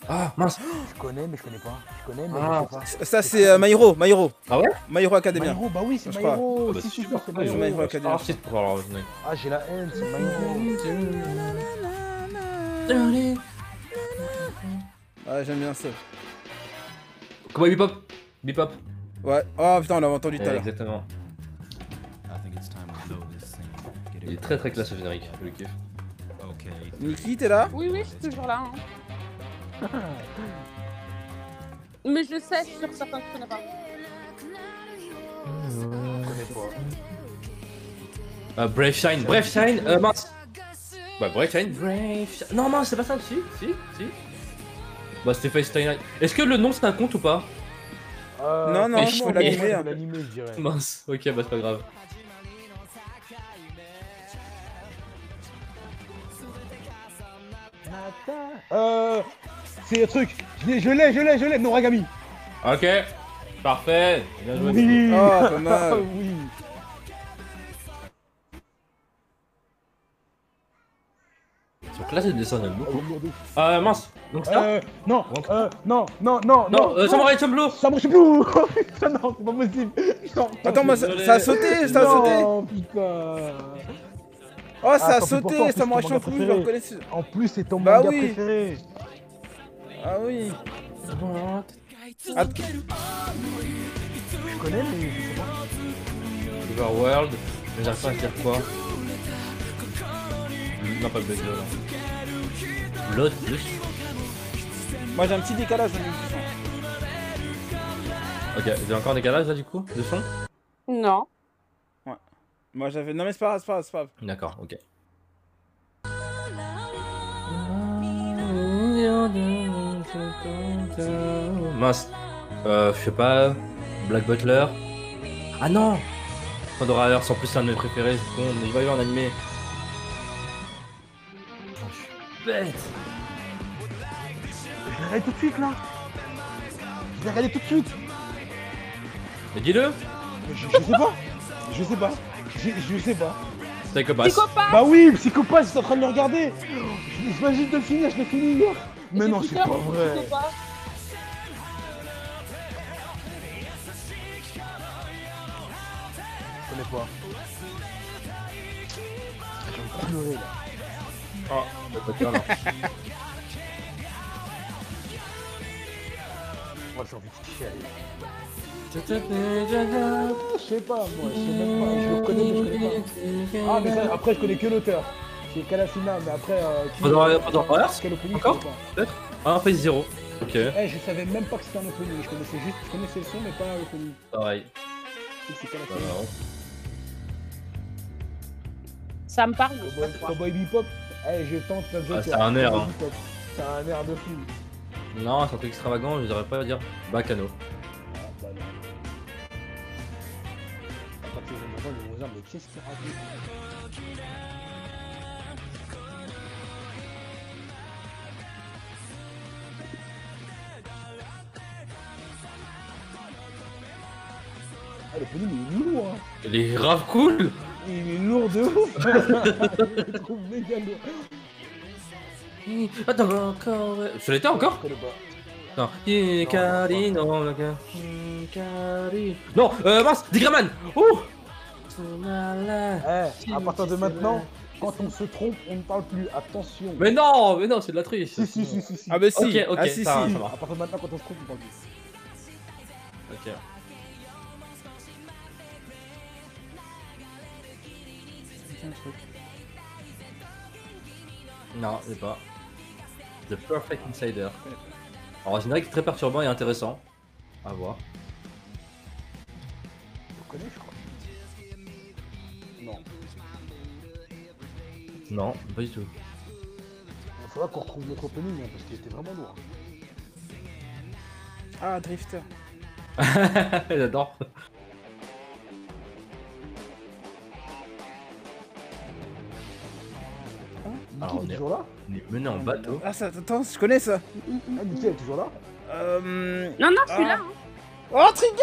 Ah mince
Je connais, mais je connais pas. Je connais, mais
Ah.
je sais pas.
Ça, c'est euh, My Hero, My Hero.
Ah ouais
My Hero Academia.
Maïro, bah oui, c'est
Je Ah, crois.
Maïro. Si, si,
super,
si, c'est
Maïro.
Maïro.
Maïro Academy.
Ah, shit. Bon, alors, venez.
Ah, j'ai la haine, c'est Maïro.
Ah, j'aime bien ça.
Comment bipop Bipop
Ouais. Oh putain, on l'avait entendu tout à
Eh,
l'heure.
Exactement. Il est très très classe ce générique, je le kiffe.
Niki, t'es
Oh,
là
Oui, oui, je suis toujours là. hein. Mais je sais sur certains que je connais pas.
Euh, Brave Shine, Brave Shine, euh, mince Bah Brave Shine, Brave Shine. Non mince, c'est pas ça, si, si, si. Bah c'était Face Time. Est-ce que le nom c'est un compte ou pas
Euh,
Non, non,
franchement,
faut
moi,
l'animer,
je
hein.
peux l'animer, je dirais.
Mince, ok, bah c'est pas grave.
Euh. C'est le truc. Je l'ai, je l'ai, je l'ai, je l'ai. Noragami.
Ok, parfait, bien joué.
Oui.
Ah, pas
Ah,
mal.
oui.
Donc là, c'est des dessins, j'aime
Ah,
beaucoup.
oui, lourd de ouf.
Ah mince, donc ça
Euh, non,
Donc-
euh, non, non, non,
Non, euh,
ça
Samurai Champloo
Ça marche plus. Oh, putain, non, c'est pas possible. Non,
Attends, moi, ça, ça a sauté, ça a sauté.
Non, putain.
Oh, ça a
tant pis pour toi, en
sauté,
plus,
ça m'a
c'est ton
choqué, je
manga
le reconnais. ce-
En plus, c'est ton
Bah
manga
oui.
préféré.
Ah oui. Att-
Je connais, mais je sais pas.
Overworld, mais j'arrive pas à dire quoi. Non, pas le Blaze L'autre, l'autre.
Moi, j'ai un petit décalage dans les
Ok, j'ai encore un décalage là du coup, de son
Non.
Moi, j'avais. Non, mais c'est pas grave, c'est pas grave, c'est pas grave.
D'accord, ok. Mince. Euh, je sais pas. Black Butler. Ah non Pandora Hearts, en plus c'est un de mes préférés, je suis con, mais il va y avoir un animé. Putain, je suis bête
Je l'ai regardé tout de suite, là. Je l'ai regardé tout de suite.
Mais dis-le
Mais Je, je sais pas. Je sais pas. Je, je sais pas.
Psychopath.
Psychopath
Bah oui, psychopathe, je suis en train de le regarder. Je m'imagine de le finir, je l'ai fini hier. Bah, Mais
Et
non, c'est
Peter,
pas vrai.
Psychopath.
Je connais pas. Je vais pleurer là.
Ah, bah, pas de cœur, non.
Moi j'ai envie de chialer. Je sais pas, moi, je sais même pas. Je le connais, mais je connais pas. Ah, mais ça, après, je connais que l'auteur. C'est Kalafina, mais après. Euh, qui-
Pandora- Pandora Hearts
Quel opening
Encore
je sais pas.
Ah, Phase 0. Ok,
Eh, je savais même pas que c'était un opening. Je connaissais juste, je connaissais le son, mais pas l'opening.
pareil.
C'est Kalafina.
Voilà.
Ça me parle. mais
Cowboy-
ça me parle.
Cowboy Bebop. Eh, je tente la Joker.
c'est un air,
Cowboy
hein.
Bebop. C'est un air de film.
Non, c'est un truc extravagant, je dirais pas dire Bacano.
Ah, bah non. À partir de maintenant, ils vont se dire, mais qu'est-ce qu'il raconte Ah, le pony, il est lourd, hein.
Il est grave cool
Il est lourd de ouf Je le trouve méga lourd.
Attends, encore. Je l'étais
Je
encore
connais pas.
Non. Hikari no Naka. Hikari. Non, euh, mince, Digraman Ouh
Eh, à partir de maintenant, quand on se trompe, on ne parle plus. Attention.
Mais non, mais non, c'est de la triche.
Si, si, si, si, si.
Ah bah si,
Ok, ok,
ah si,
ça va,
si.
ça
À
va.
partir de maintenant, quand on se trompe, on parle plus.
Ok. Non, c'est pas. The Perfect Insider. Alors, c'est vrai que c'est très perturbant et intéressant. À voir.
Je le connais, je crois. Non.
Non, pas du tout.
Il faudra qu'on retrouve notre opening hein, parce qu'il était vraiment lourd.
Ah, Drifter.
J'adore. Ah,
Mickey
on
il
est-
est toujours là
On est mené en bateau.
Ah, ça, attends, je connais ça.
Ah, Mickey est toujours là
Euh...
Non, non,
Ah.
celui-là. hein.
Oh, Trigger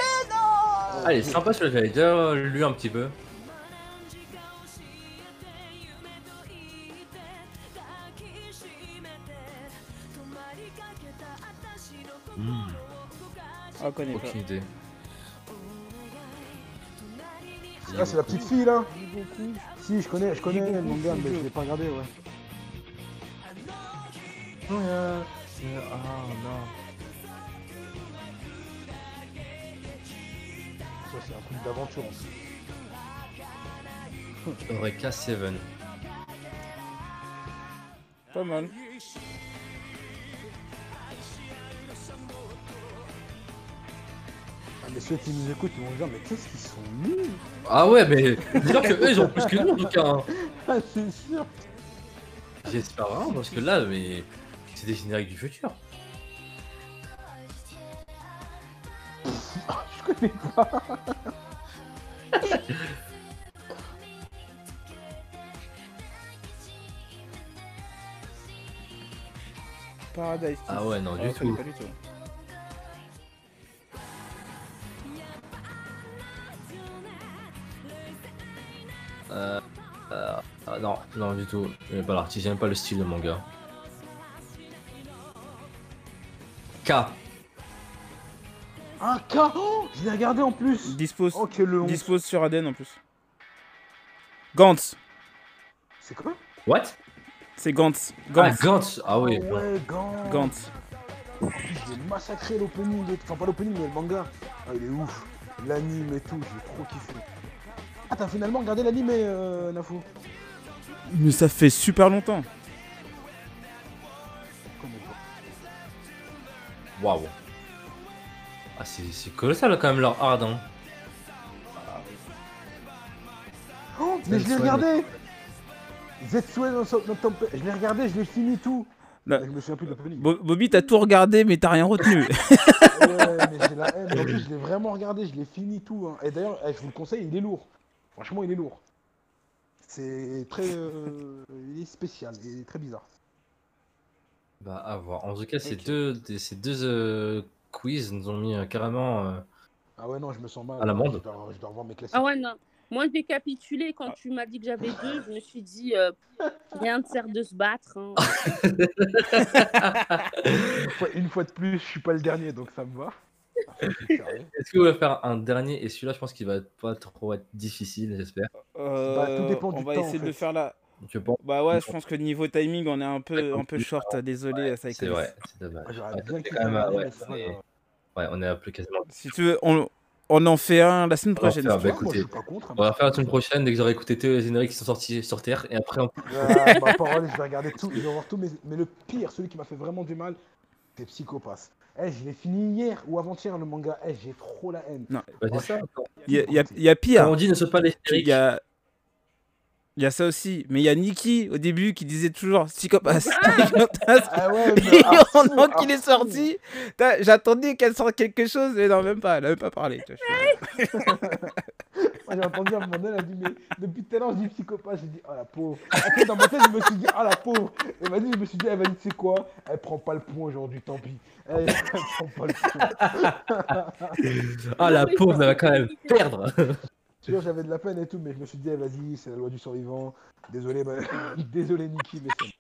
Ah, elle est sympa celui-là, j'avais déjà lu un petit peu. Hmm,
Ah, je connais pas.
aucune idée.
Ah, c'est la petite fille là Si, je connais, je connais le manga, mais je l'ai pas regardé, ouais.
Ah non.
Ça, c'est un truc d'aventure en plus.
Eureka 7.
Pas mal.
Ah, mais ceux qui nous écoutent, ils vont se dire, mais qu'est-ce qu'ils sont nuls
Ah ouais, mais dire que eux ils ont plus que nous en tout cas. hein.
Ah, c'est sûr
J'espère vraiment parce que là, mais c'est des génériques du futur.
Ah, Je connais pas
Paradise.
Ah ouais, non,
Ah,
du
je connais
tout.
pas du tout.
Euh, euh, ah non, non, du tout. J'aime pas l'artiste, j'aime pas le style de manga. K.
Un cas Oh, Je l'ai regardé en plus
Dispose,
Oh, quel le honte.
dispose sur Aden en plus. Gantz.
C'est quoi
What
C'est Gantz.
Ah,
Gantz.
Gantz Ah oui.
Ah Ouais, Gantz
Gantz.
Je l'ai massacré l'opening, et- enfin pas l'opening, mais le manga. Ah, il est ouf. L'anime et tout, j'ai trop kiffé. Ah, t'as finalement regardé l'anime, euh, Nafou
Mais ça fait super longtemps.
Je connais pas.
Waouh. Ah, c'est c'est colossal quand même leur hard. Hein.
Oh, mais je l'ai
Zetsuo,
regardé Zetsue dans son- dans ton pe- Je l'ai regardé, je l'ai fini tout.
Là-
Je me souviens plus de l'opening.
Bo- Bobby, t'as tout regardé, mais t'as rien retenu.
Ouais, mais j'ai la haine. En plus, je l'ai vraiment regardé, je l'ai fini tout. hein. Et d'ailleurs, eh, je vous le conseille, il est lourd. Franchement, il est lourd. C'est très. euh, il est spécial, il est très bizarre.
Bah, à voir. En tout cas, ces
Ok.
deux, des- ces deux euh, quiz nous ont mis euh, carrément euh,
Ah ouais, non, je me sens mal.
À l'amende.
Je dois, je dois revoir mes classiques.
Ah ouais, non. Moi, j'ai capitulé quand tu m'as dit que j'avais deux. Je me suis dit, euh, rien ne sert de se battre. hein.
une, fois, une fois de plus, je suis pas le dernier, donc ça me va. Ah, c'est sérieux.
Est-ce que vous voulez faire un dernier Et celui-là, je pense qu'il va pas trop être difficile, j'espère.
Euh,
Bah, tout dépend
on
du
va
temps,
essayer
en
de le
fait.
faire là.
Je pense.
Bah ouais, je pense que niveau timing, on est un peu, un peu short. Désolé, ça
C'est vrai, c'est
Ah,
dommage.
J'aurais
Ouais,
bien
c'est
kiffé
quand même, ah
un
ouais,
mais c'est vrai,
c'est- Bah,
euh,
Ouais, on est à plus quasiment.
Si tu veux, on, on en fait un la semaine
On va
prochaine.
faire,
si tu
bah,
moi,
écoutez,
je suis pas contre. hein.
On va faire la semaine prochaine dès que j'aurai écouté tous les génériques qui sont sortis sur Terre. Et après, on...
Ah, ma parole, je vais regarder tout, je vais voir tout, mais, mais le pire, celui qui m'a fait vraiment du mal, c'est Psychopass. Eh, je l'ai fini hier ou avant-hier le manga. Eh, j'ai trop la haine.
bah, c'est ça. Quand
veux. Il y a- il y, a- il y a pire.
on dit ne saute pas les
Il
génériques.
y a... il y a ça aussi. Mais il y a Nikki au début qui disait toujours psychopathe.
Ah ouais, mais
Et
à
on
fond,
entend
à
qu'il est
fond.
sorti. Putain, J'attendais qu'elle sorte quelque chose, mais non, même pas. Elle a même pas parlé. tu vois, je suis-
Moi, J'ai entendu à un moment donné, elle a dit, mais depuis tout à l'heure, je dis psychopathe. J'ai dit, ah la pauvre. Après, dans ma tête, je me suis dit, ah la pauvre. Elle m'a dit, je me suis dit, elle m'a dit, tu sais quoi Elle prend pas le point aujourd'hui, tant pis. Eh, Elle, elle prend pas le point.
Ah, la pauvre, elle va quand même perdre.
Tu vois, j'avais de la peine et tout, mais je me suis dit, eh, vas-y, c'est la loi du survivant. Désolé, ma- désolé, Niki, mais c'est.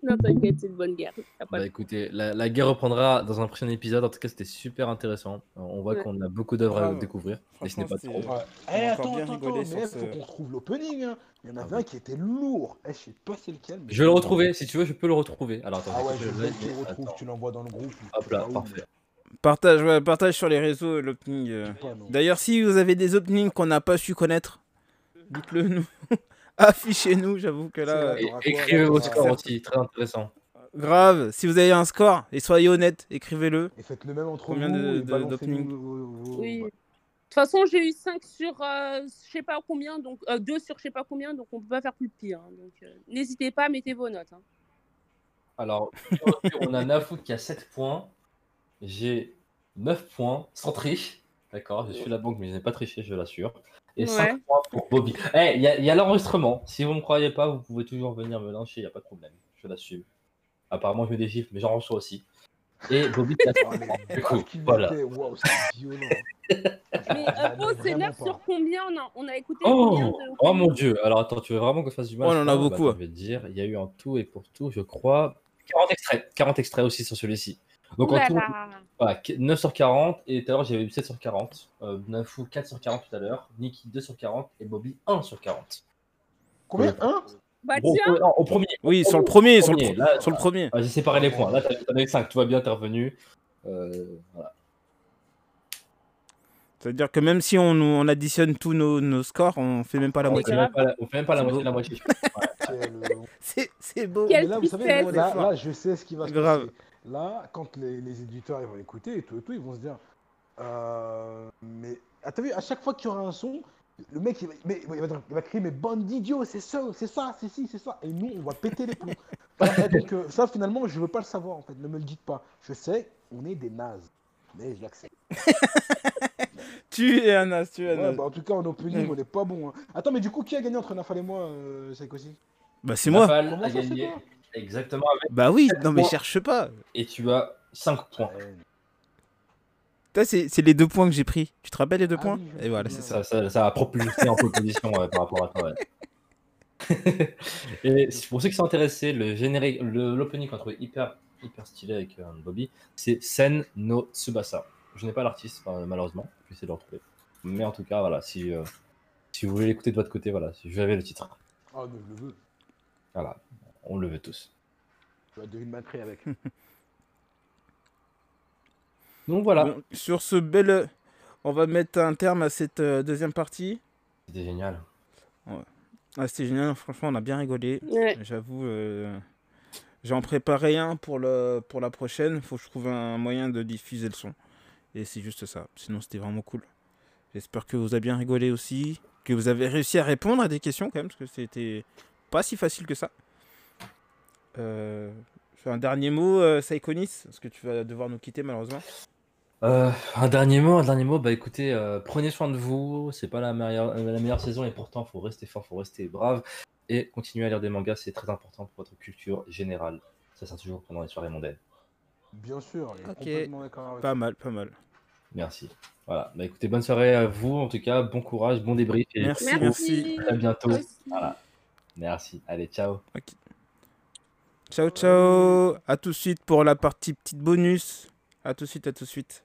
Non, t'inquiète, c'est une bonne guerre. T'as pas-
Bah écoutez, la, la guerre reprendra dans un prochain épisode. En tout cas, c'était super intéressant. Euh, On voit
Ouais.
qu'on a beaucoup d'œuvres à
Grave.
découvrir. Et ce
Franchement,
n'est pas
c'était-
trop.
Ouais.
On
Eh,
a encore
attends,
bien
attends, attends,
rigolé
mais
sur
eh,
ce-
faut qu'on retrouve l'opening. Hein. Il y en
Ah
avait
oui.
un qui était lourd. Eh, je sais pas c'est lequel. Mais...
Je vais le retrouver. Si tu veux, je peux le retrouver. Alors attends,
Ah ouais,
je
je
vais
veux
le
que tu le
mettre.
retrouves,
Attends.
tu l'envoies dans le groupe.
Hop là,
Ah oui,
parfait.
Partage, ouais, partage sur les réseaux l'opening. euh.
putain, non.
D'ailleurs, si vous avez des openings qu'on n'a pas su connaître, dites-le nous. Affichez-nous, j'avoue que là. euh,
C'est
Et-
T'auras quoi,
Écrivez
là,
vos
t'auras-
scores aussi, très intéressant.
Grave, si vous avez un score, et soyez honnête, écrivez-le.
Et faites le même entre
Combien
vous.
de- de-
et balancez-nous
d'opening
vos- vos-
bah.
Oui. De
ouais.
toute façon, j'ai eu 5 sur euh, je sais pas combien, donc 2 sur je sais pas combien, donc on peut pas faire plus pire. hein. donc euh, n'hésitez pas, mettez vos notes. hein.
Alors, sur- on a Nafou qui a 7 points. J'ai 9 points, sans triche. D'accord, je suis la banque, mais je n'ai pas triché, je l'assure. Et
Ouais.
5 points pour Bobby. Eh, il y a, il y a l'enregistrement. Si vous ne me croyez pas, vous pouvez toujours venir me lyncher, il n'y a pas de problème. Je l'assume. Apparemment, je mets des gifs, mais j'en reçois aussi. Et Bobby, qui a
Ah,
cinq
les
points. Du
barres
coup,
qu'il
voilà.
mettait, waouh, c'est violent.
Mais euh, Pau, c'est 9 sur combien on a, on a écouté combien
Oh,
de-
oh mon dieu. Alors attends, tu veux vraiment qu'on fasse du mal
Oh, on en
ça
a beaucoup,
Bah, attends, Je vais te dire, il y a eu en tout et pour tout, je crois, 40 extraits. 40 extraits aussi sur celui-ci. Donc en
Ouh
tout,
là là.
voilà, qu- 9 sur 40. Et tout à l'heure, j'avais eu 7 sur 40. Euh, Nafou, 4 sur 40 tout à l'heure. Nikki, 2 sur 40. Et Bobby, 1 sur 40.
Combien Un
Bah
Gros,
tiens,
euh, non, au premier.
Oui, sur le premier, sur le,
Premier,
pro-
là,
sur le premier.
Ah, J'ai séparé les points. Là, t'as- t'en as eu 5. Tout va bien, t'es revenu. Euh, voilà.
C'est-à-dire que même si on, on additionne tous nos, nos scores, on fait même pas la
On
moitié.
fait, même pas la, on fait même pas la
Ah, C'est
moitié de la
beau.
moitié.
Quel-
C'est c'est beau.
Quel-
Mais là, vous savez,
tristesse.
moi, là, là, je sais ce qui va se
Grave.
passer. Là, quand les, les éditeurs ils vont écouter et tout, et tout, ils vont se dire euh, Mais ah, t'as vu, à chaque fois qu'il y aura un son, le mec il va, mais- il va, dire- il va crier Mais bande d'idiots, c'est ça, c'est ça, c'est ci, c'est ça. Et nous, on va péter les plombs. Et donc, euh, ça, finalement, je veux pas le savoir en fait. Ne me le dites pas. Je sais, on est des nazes. Mais je l'accepte.
Tu es un as, tu es un
Ouais,
as.
bah, en tout cas, en opening, on n'est pas bon. hein. Attends, mais du coup, qui a gagné entre Nafal et moi, euh, Saikosi
Bah c'est moi.
Nafal
Comment
a
ça, c'est
gagné.
toi
Exactement.
Bah oui, non mais
Moi.
cherche pas.
Et tu as 5 points.
Ah,
Putain, C'est c'est les deux points que j'ai pris. Tu te rappelles les deux
Ah
points
oui, je me
Et voilà, c'est
souviens.
ça.
ça, ça, ça a propulsé en pole position ouais, par rapport à toi. ouais. et si- pour ceux qui sont intéressés, le générique, le- l'opening qu'on a trouvé hyper, hyper stylé avec euh, Bobby, c'est Sen no Tsubasa. Je n'ai pas l'artiste, enfin, malheureusement, je vais essayer de le retrouver. Mais en tout cas, voilà, si, euh, si vous voulez l'écouter de votre côté, voilà, si j'avais le titre.
Ah, mais je le veux.
Voilà, on le veut tous.
Je vais deviner ma craie avec.
Donc voilà,
Bon, sur ce bel... euh, On va mettre un terme à cette euh, deuxième partie.
c'était génial.
Ah, c'était génial, franchement, on a bien rigolé.
Ouais.
J'avoue, euh, j'en préparais un pour, le, pour la prochaine. Faut que je trouve un moyen de diffuser le son. Et c'est juste ça. Sinon, c'était vraiment cool. J'espère que vous avez bien rigolé aussi. Que vous avez réussi à répondre à des questions quand même, parce que c'était pas si facile que ça. Euh, je fais un dernier mot, euh, Saikonis, parce que tu vas devoir nous quitter malheureusement.
Euh, un dernier mot, un dernier mot. Bah écoutez, euh, prenez soin de vous. C'est pas la meilleure, euh, la meilleure saison et pourtant faut rester fort, faut rester brave et continuer à lire des mangas. C'est très important pour votre culture générale. Ça sert toujours pendant les soirées mondaines.
Bien sûr, il
Ok.
est
Bah,
complètement d'accord avec
Pas mal, pas mal.
Merci. Voilà. Bah, écoutez, bonne soirée à vous, en tout cas. Bon courage, bon débrief. Et
Merci,
Merci.
merci.
à bientôt.
Merci.
Voilà. Merci. Allez, ciao.
Ok. Ciao, ciao. À tout de suite pour la partie petite bonus. À tout de suite, à tout de suite.